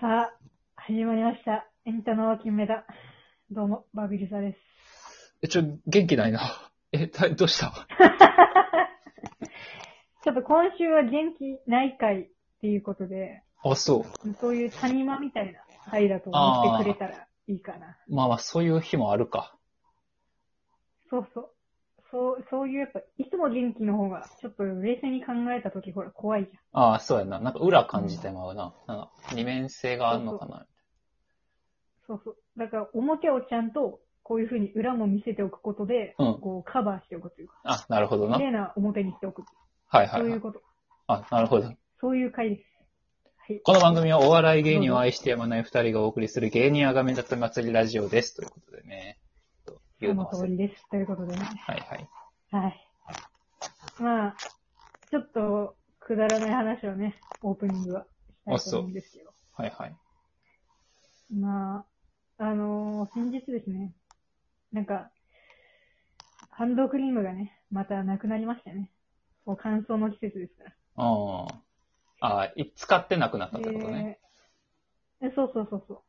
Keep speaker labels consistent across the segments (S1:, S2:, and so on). S1: さあ、始まりました。エンタの金メダ。どうも、バビルサです。
S2: え、ちょ、元気ないな。 え、だどうした
S1: ちょっと今週は元気ない回っていうことで、
S2: あ、そ
S1: そういう谷間みたいな回だと思ってくれたらいいかな。
S2: う。まあまあ、そういう日もあるか。
S1: そうそう。そう、そういうやっぱ、いつも元気の方が、ちょっと冷静に考えた時ほら、怖いじ
S2: ああ、そうやな。なんか裏感じてまうな。なんか、二面性があるのかな。
S1: ゃん。そうそう。だから、表をちゃんと、こういう風に裏も見せておくことで、
S2: うん
S1: こう、カバーしておくというか、
S2: あ、なるほどな。
S1: 綺
S2: はい
S1: 麗な表にしておく。
S2: はい、
S1: そうい
S2: は
S1: う
S2: い。
S1: こと。
S2: あ、なるほど。
S1: そういう回です。はい。
S2: この番組はお笑い芸人を愛してやまない二人がお送りする芸人あがめ立つ祭りラジオです。ということでね。とい
S1: そうの
S2: のは
S1: 通
S2: はい
S1: りです。ということでね。
S2: はい。
S1: はい。まあ、ちょっと、くだらない話をね、オープニングはしたいと思うんですけど。
S2: はいはい。
S1: まあ、あのー先日ですね、なんか、ハンドクリームがね、またなくなりましたね。もう乾燥の季節ですから。
S2: ああ。ああ、い使ってなくなったってことね。
S1: でそうそうそうそ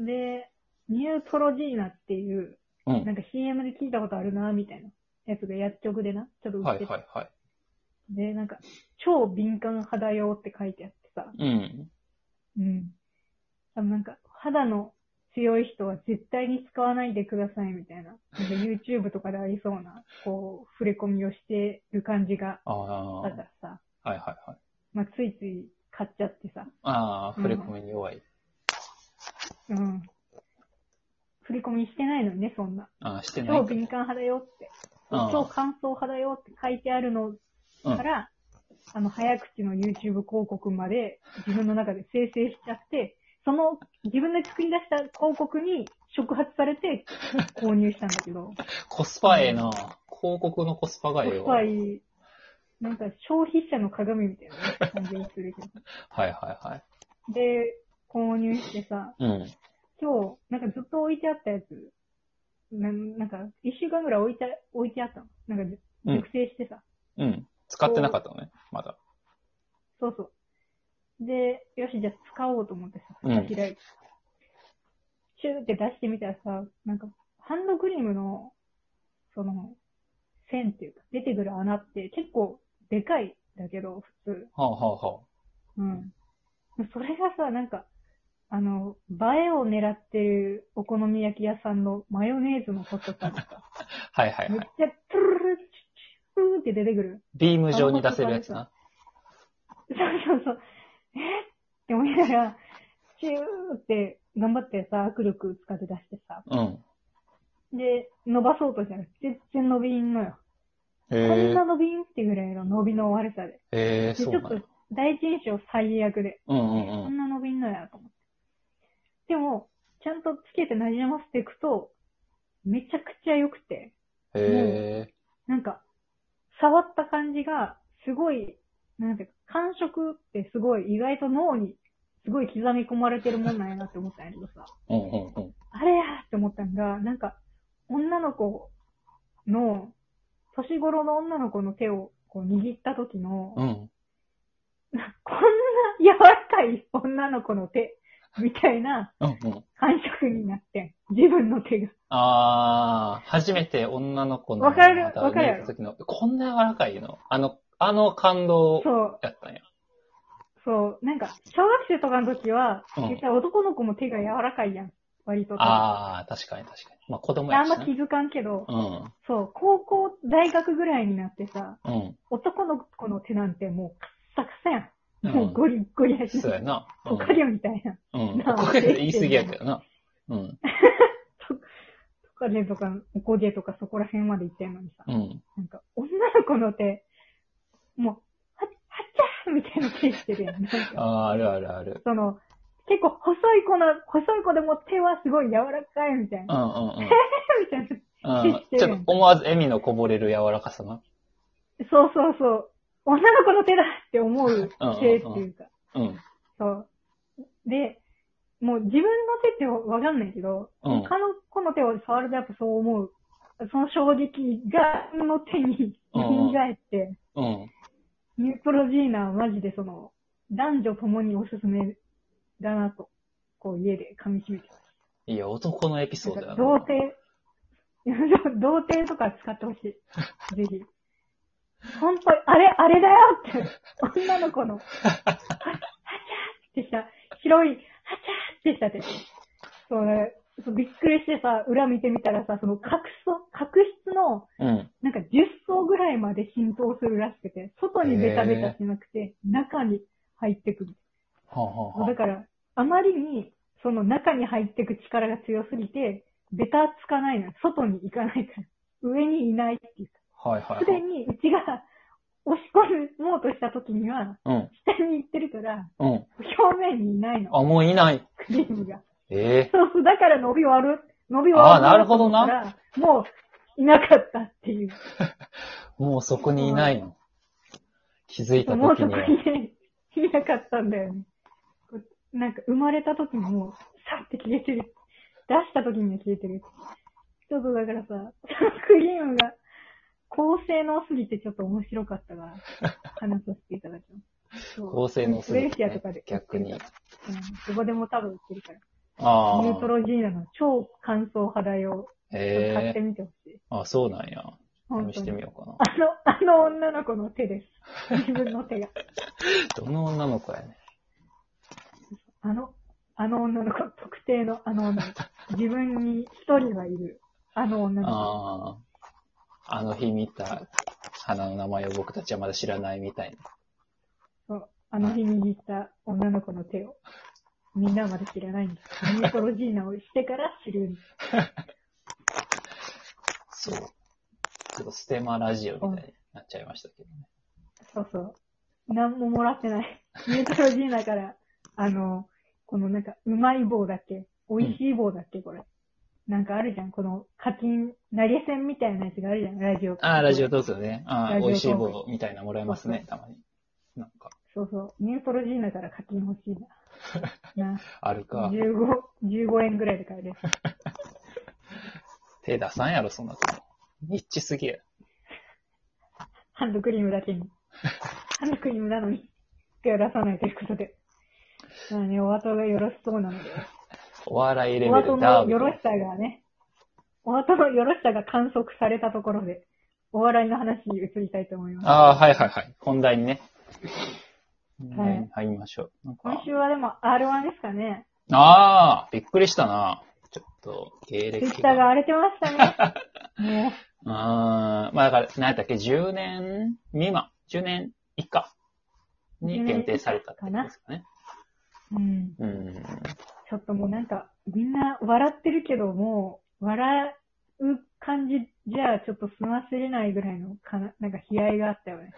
S1: う。で、ニュートロジーナっていう、
S2: うん。
S1: なんか CM で聞いたことあるな、みたいなやつが薬局でな、ちょっと売って
S2: は
S1: て
S2: いはいはい。
S1: で、なんか、超敏感肌用って書いてあってさ、
S2: うん。
S1: うん。多分なんか、肌の強い人は絶対に使わないでくださいみたいな、なんか YouTube とかでありそう な、こう、触れ込みをしてる感じが
S2: あ
S1: あ
S2: あ。
S1: っ
S2: はい
S1: たさ、
S2: はいはい。
S1: まあ、ついつい買っちゃってさ、
S2: ああ、触れ込みに弱い。
S1: うん。振り込みしてないのにね、そんな。
S2: ああ、してない
S1: 超
S2: か。
S1: 敏感肌よって、
S2: あー
S1: 超乾燥肌よって書いてあるのから、あの、早口の YouTube 広告まで自分の中で生成しちゃって、その自分で作り出した広告に触発されて購入したんだけど、
S2: コスパええな広告のコスパがええ
S1: やっ
S2: よ。
S1: ぱ
S2: はい
S1: り、なんか消費者の鏡みたいな感じがするけど。
S2: はいはい。
S1: で、購入してさ、
S2: うん。
S1: 今日、なんかずっと置いてあったやつ、なんなんか一週間ぐらい置いて、置いてあったの。なんか
S2: うん
S1: 熟成してさ、
S2: うん。使ってなかったのね、まだ。
S1: そうそう。で、よし、じゃあ使おうと思ってさ、
S2: うん
S1: 開いて。シューって出してみたらさ、なんか、ハンドクリームの、その、線っていうか、出てくる穴って結構でかいんだけど、普通。
S2: はあはあは
S1: うん。それがさ、なんか、あの、映えを狙ってるお好み焼き屋さんのマヨネーズの細さとか、
S2: あ。はいはい
S1: めっ
S2: は
S1: ちゃ
S2: い。、
S1: トゥルルルルチュッチュッチューって出てくる。
S2: ビーム状に出せるやつな。
S1: そうそうそう。えって思いながら、チューって頑張ってさ、握力使って出してさ。
S2: うん。
S1: で、伸ばそうとしたら全然伸びんのよ。
S2: へ
S1: こん
S2: え
S1: な。伸びんってぐらいの伸びの悪さで。
S2: へえ、
S1: でち
S2: そ
S1: ょ
S2: う
S1: っ
S2: なんや
S1: と第一印象最悪で、
S2: うんう
S1: こ
S2: んうん。
S1: んな伸びんのやと思って。でも、ちゃんとつけて馴染ませていくと、めちゃくちゃ良くて、
S2: へえ。
S1: なんか、触った感じが、すごい、なんていうか、感触ってすごい、意外と脳に、すごい刻み込まれてるもんなんやなって思ったんやけどさ、
S2: うんうんうん。
S1: あれやーって思ったんが、なんか、女の子の、年頃の女の子の手をこう握った時の、
S2: うん。
S1: なんかこんな柔らかい女の子の手、みたいな
S2: うんうん。
S1: 感触になってん自分の手が。
S2: あー、初めて女の子の。
S1: わかる
S2: また
S1: わかるやろ
S2: 見た時のこんな柔らかいのあの、あの感動
S1: そう、
S2: やったんや。
S1: そう、なんか、小学生とかの時は、
S2: うん
S1: 絶対男の子も手が柔らかいやん、割と。
S2: あー、確かに確かに。まあ子供や
S1: あん
S2: し
S1: ま
S2: な
S1: 気。づかんけど、
S2: うん。
S1: そう、高校、大学ぐらいになってさ、
S2: うん。
S1: 男の子の手なんてもうカッサカサやん。
S2: うん
S1: もうゴリッゴリやし、
S2: そうやな。う
S1: ポ
S2: ん
S1: カリオみたいな。
S2: うん。
S1: なあ
S2: これ言い過ぎやけどな。うん。
S1: ポカリとか、おこげとかそこら辺まで行ってんのにさ、
S2: うん。
S1: なんか女の子の手、もう、はっ、はっちゃーみたいな手してるやん。なん
S2: あ
S1: か
S2: あ、あるあるある。
S1: その、結構細い子の、細い子でも手はすごい柔らかいみたいな
S2: う。んうんうん。
S1: みたいな。
S2: うんちょっと思わず笑みのこぼれる柔らかさな。
S1: そうそうそう。女の子の手だって思う手っていうか。
S2: うん。
S1: そう。で、もう自分の手ってわかんないけど、
S2: うん
S1: 他の子の手を触るとやっぱそう思う。その衝撃が、自分の手に
S2: う
S1: 蘇
S2: ん
S1: って、
S2: うん。
S1: ニュープロジーナはマジでその、男女ともにおすすめだなとこう家で噛み締めて
S2: いや、男のエピソード
S1: な
S2: だ
S1: んか
S2: な。
S1: 童貞、童貞とか使ってほしい。ぜひ。本当に、あれ、あれだよって、女の子の、はちゃーってした、広い、はちゃーってしたって。そうね、そうびっくりしてさ、裏見てみたらさ、その角層、角質の、
S2: うん。
S1: なんか10層ぐらいまで浸透するらしくて、外にベタベタしなくて、中に入ってくる。
S2: はあ、はあは
S1: だ
S2: あ、
S1: から、あまりに、その中に入ってく力が強すぎて、ベタつかないのよ。外に行かないから。上にいないっていうか。
S2: はいは
S1: す
S2: いは
S1: で
S2: い。
S1: にうちが押し込もうとした時には、
S2: うん。
S1: 下に行ってるから、
S2: うん。
S1: 表面にいないの。
S2: あ、もういない。
S1: クリームが。
S2: ええ
S1: そうそう、だから伸び割る、伸び割る。
S2: あーなるほどな。
S1: もう、いなかったっていう。
S2: もうそこにいないの。気づいた
S1: もう
S2: 時
S1: そ
S2: に
S1: こ
S2: は。
S1: にいなかったんだよね。こうなんか生まれた時にもう、さって消えてる。出した時には消えてる。ちょっとだからさ、クリームが高性能すぎてちょっと面白かったから、話させていただきます。そう
S2: 高性能す
S1: ウェ
S2: ぎ
S1: ルシ
S2: て、
S1: アとかで
S2: ね。。逆に。。
S1: うん、どこでも多分売ってるから。
S2: あ
S1: ニュート
S2: あ。
S1: ロジーナの超乾燥肌用、買っ
S2: え
S1: て
S2: え
S1: みてほしい。
S2: あ、そうなんや。
S1: 本
S2: 試し
S1: 当
S2: てみ
S1: に。
S2: ようかな。
S1: あの、あの女の子の手です。自分の手が。
S2: どの女の子やね。
S1: あの、あの女の子、特定のあの女の子。自分に一人はいる、あの女の
S2: ああ。あの日見た花の名前を僕たちはまだ知らないみたいな。
S1: 子。そうあの日握った女の子の手を。みんなまで知らないんです。ニュートロジーナをしてから知るんです。
S2: そう。ちょっとステマラジオみたいになっちゃいましたけどね。
S1: そうそう。なんももらってない。ニュートロジーナから、あの、このなんか、うまい棒だっけ美味しい棒だっけこれ。なんかあるじゃん。この課金、投げ銭みたいなやつがあるじゃん。ラジオ。
S2: ああ、ラジオトークよね。ああ、
S1: ラジオトーク
S2: 美味しい棒みたいなもらえますね、たまに。なんか、
S1: そうそう。ニュートロジーナから課金欲しい な。な
S2: あるか。
S1: 15、15円ぐらいで買え る。
S2: 手出さんやろ、そんなとこ。ニッチすぎや。
S1: ハンドクリームだけに。ハンドクリームなのに、手を出さないということで。まあね、お後がよろしそうなので。
S2: お笑いレ
S1: お
S2: ベル
S1: 後
S2: ダー
S1: の
S2: ブ
S1: よろしさがね、お後のよろしさが観測されたところで、お笑いの話に移りたいと思います。
S2: ああ、はいはいはい。本題にね。本題に入りましょう。なんか
S1: 今週はでも R1 ですかね。
S2: ああ、びっくりしたな。ちょっと、芸歴
S1: Twitter が荒れてま したね。も
S2: うーん。まあだから、何やったっけ、10年未満、10年以下に限定されたってことですかね。
S1: う、うん。
S2: うん。
S1: ちょっともうなんか、みんな笑ってるけど、もう、笑う感じじゃ、ちょっと済ませれないぐらいのかな、なんか悲哀があったよね。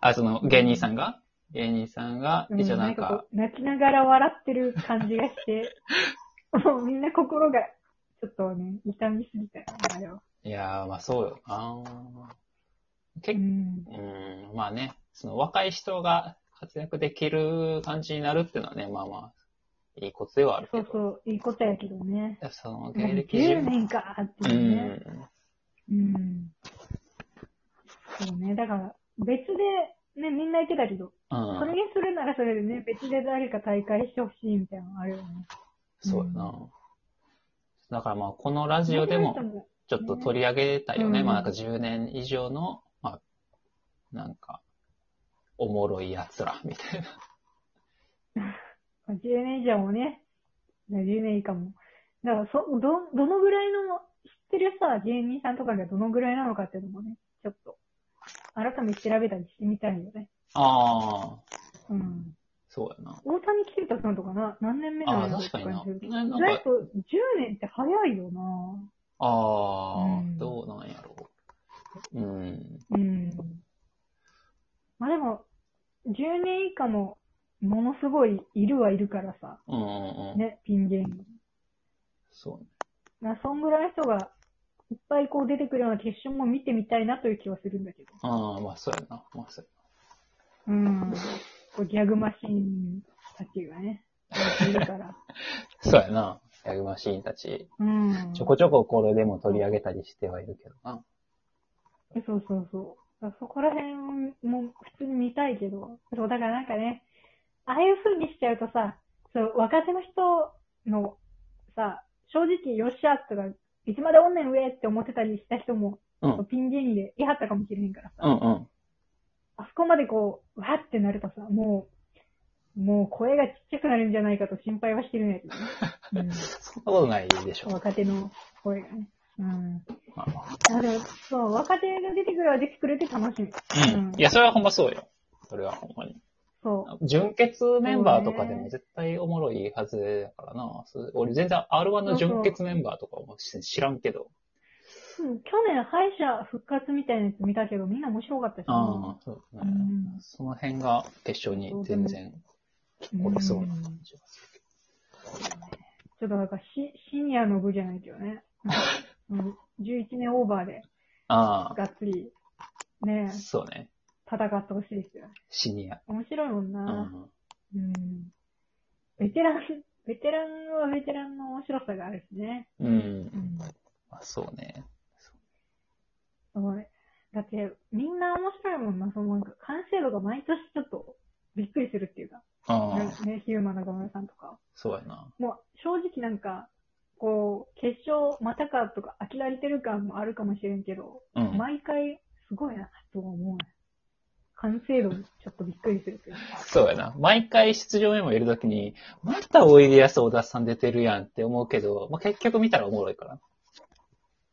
S2: あ、その、芸人さんが芸人さんが、
S1: う
S2: 一応なん
S1: こ
S2: か、
S1: う泣きながら笑ってる感じがして、 もうみんな心が、ちょっとね、痛みすぎたよね、あれは。
S2: いやー、まあそうよな。
S1: う
S2: 結
S1: ん。
S2: うん、まあね、その若い人が活躍できる感じになるっていうのはね、まあまあ、いいことではあるけ
S1: そ
S2: ど。
S1: うそう、いいことやけどね。
S2: その芸歴
S1: 10年かっていうね。うん。そうね、だから、別で、ね、みんな言ってたけど、
S2: うん。
S1: それ
S2: うん。
S1: にするならそれでね、別で誰か大会してほしいみたいなのあるよね。
S2: そうやな。だからまあ、このラジオで
S1: そ
S2: も、
S1: の人も
S2: ちょっと取り上げたいよね。
S1: うん
S2: まあなんか10年以上の、まあ、なんか、おもろい奴ら、みたいな。
S1: 10年以上もね、10年以下も。だからそ、ど、どのぐらいの、知ってるさ、芸人さんとかがどのぐらいなのかっていうのもね、ちょっと、改めて調べたりしてみたいよね。
S2: ああ、
S1: うん。
S2: そうやな。
S1: 大谷清太さんとかな、何年目な
S2: ああ、
S1: の
S2: 確かにな。ね
S1: 意
S2: なん
S1: 外
S2: か
S1: と、10年って早いよな
S2: ああ、
S1: うん
S2: どうなんやろう。うん。
S1: うん。まあでも、10年以下も、ものすごい、いるはいるからさ、
S2: うんうんうん。
S1: ね、ピン芸人。
S2: そうね。
S1: な、そんぐらいの人が、いっぱいこう出てくるような決勝も見てみたいなという気はするんだけど。
S2: ああ、まあそうやな。まあそう
S1: うん。こうギャグマシンたちがね、いるから。
S2: やそうやな。ギャグマシーンたち。
S1: うん。
S2: ちょこちょここれでも取り上げたりしてはいるけどな。
S1: そうそうそう。だからそこら辺も普通に見たいけど。そう、だからなんかね、ああいう風にしちゃうとさ、そう、若手の人のさ、正直よっしゃとか、いつまでおんねん上って思ってたりした人も、
S2: うん
S1: ピン芸人でいはったかもしれへんからさ、
S2: うんうん。
S1: あそこまでこう、わーってなるとさ、もう、もう声がちっちゃくなるんじゃないかと心配はしてるんやけど ね。
S2: そんなことないでし
S1: うん、
S2: ょ。
S1: 若手の声がね。うん。
S2: まあまあ
S1: あでも、そう、若手が出てくるは出てくれて楽しみ。
S2: うん。いや、それはほんまそうよ。それはほんまに。
S1: そ
S2: 純潔メンバーとかでも絶対おもろいはずやからな。そう俺全然 R1 の純潔メンバーとかも知らんけど。
S1: う。うん去年、敗者復活みたいなやつ見たけど、みんな面白かったしね、
S2: ああ、そうね。
S1: うん
S2: その辺が決勝に全然
S1: うん
S2: おれそうな感じがする
S1: ちょっとなんかシ、シニアの部じゃないけどね。うん、うん11年オーバーで、
S2: あ
S1: がっつり、ね
S2: あ、、そうね。
S1: 戦ってほしいですよね。
S2: シニア。
S1: 面白いもん
S2: う
S1: な。
S2: ん。
S1: うん。ベテラン、ベテランはベテランの面白さがあるしね。
S2: うん
S1: う。ん。
S2: まあそうね。
S1: すごい。だって、みんな面白いもんな。そのなんか、完成度が毎年ちょっと、びっくりするっていうか。
S2: ああ、
S1: ね、ヒューマンの小室さんとか。
S2: そうやな。
S1: もう、正直なんか、こう、決勝またかとか、飽きられてる感もあるかもしれんけど、
S2: うん。
S1: 毎回、すごいな、とは思うね。完成度にちょっとびっくりするというか。
S2: そうやな。毎回出場メモ入れるときに、またおいでやす小田さん出てるやんって思うけど、まあ、結局見たらおもろいか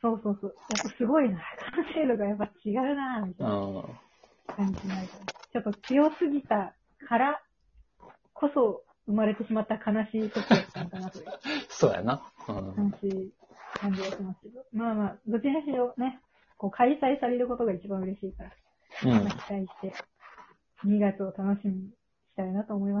S1: そうそうそう。やっぱすごいな、完成度がやっぱ違うな、みたい
S2: ら。
S1: な
S2: うん。
S1: 感じになるから。ちょっと強すぎたからこそ、生まれてしまった悲しい時だったのかなという。
S2: そうやな。うん。
S1: 楽しい感じがしますけど。まあまあ、どちらにしろね、こう開催されることが一番嬉しいから、
S2: うん
S1: 期待して、2月を楽しみにしたいなと思います。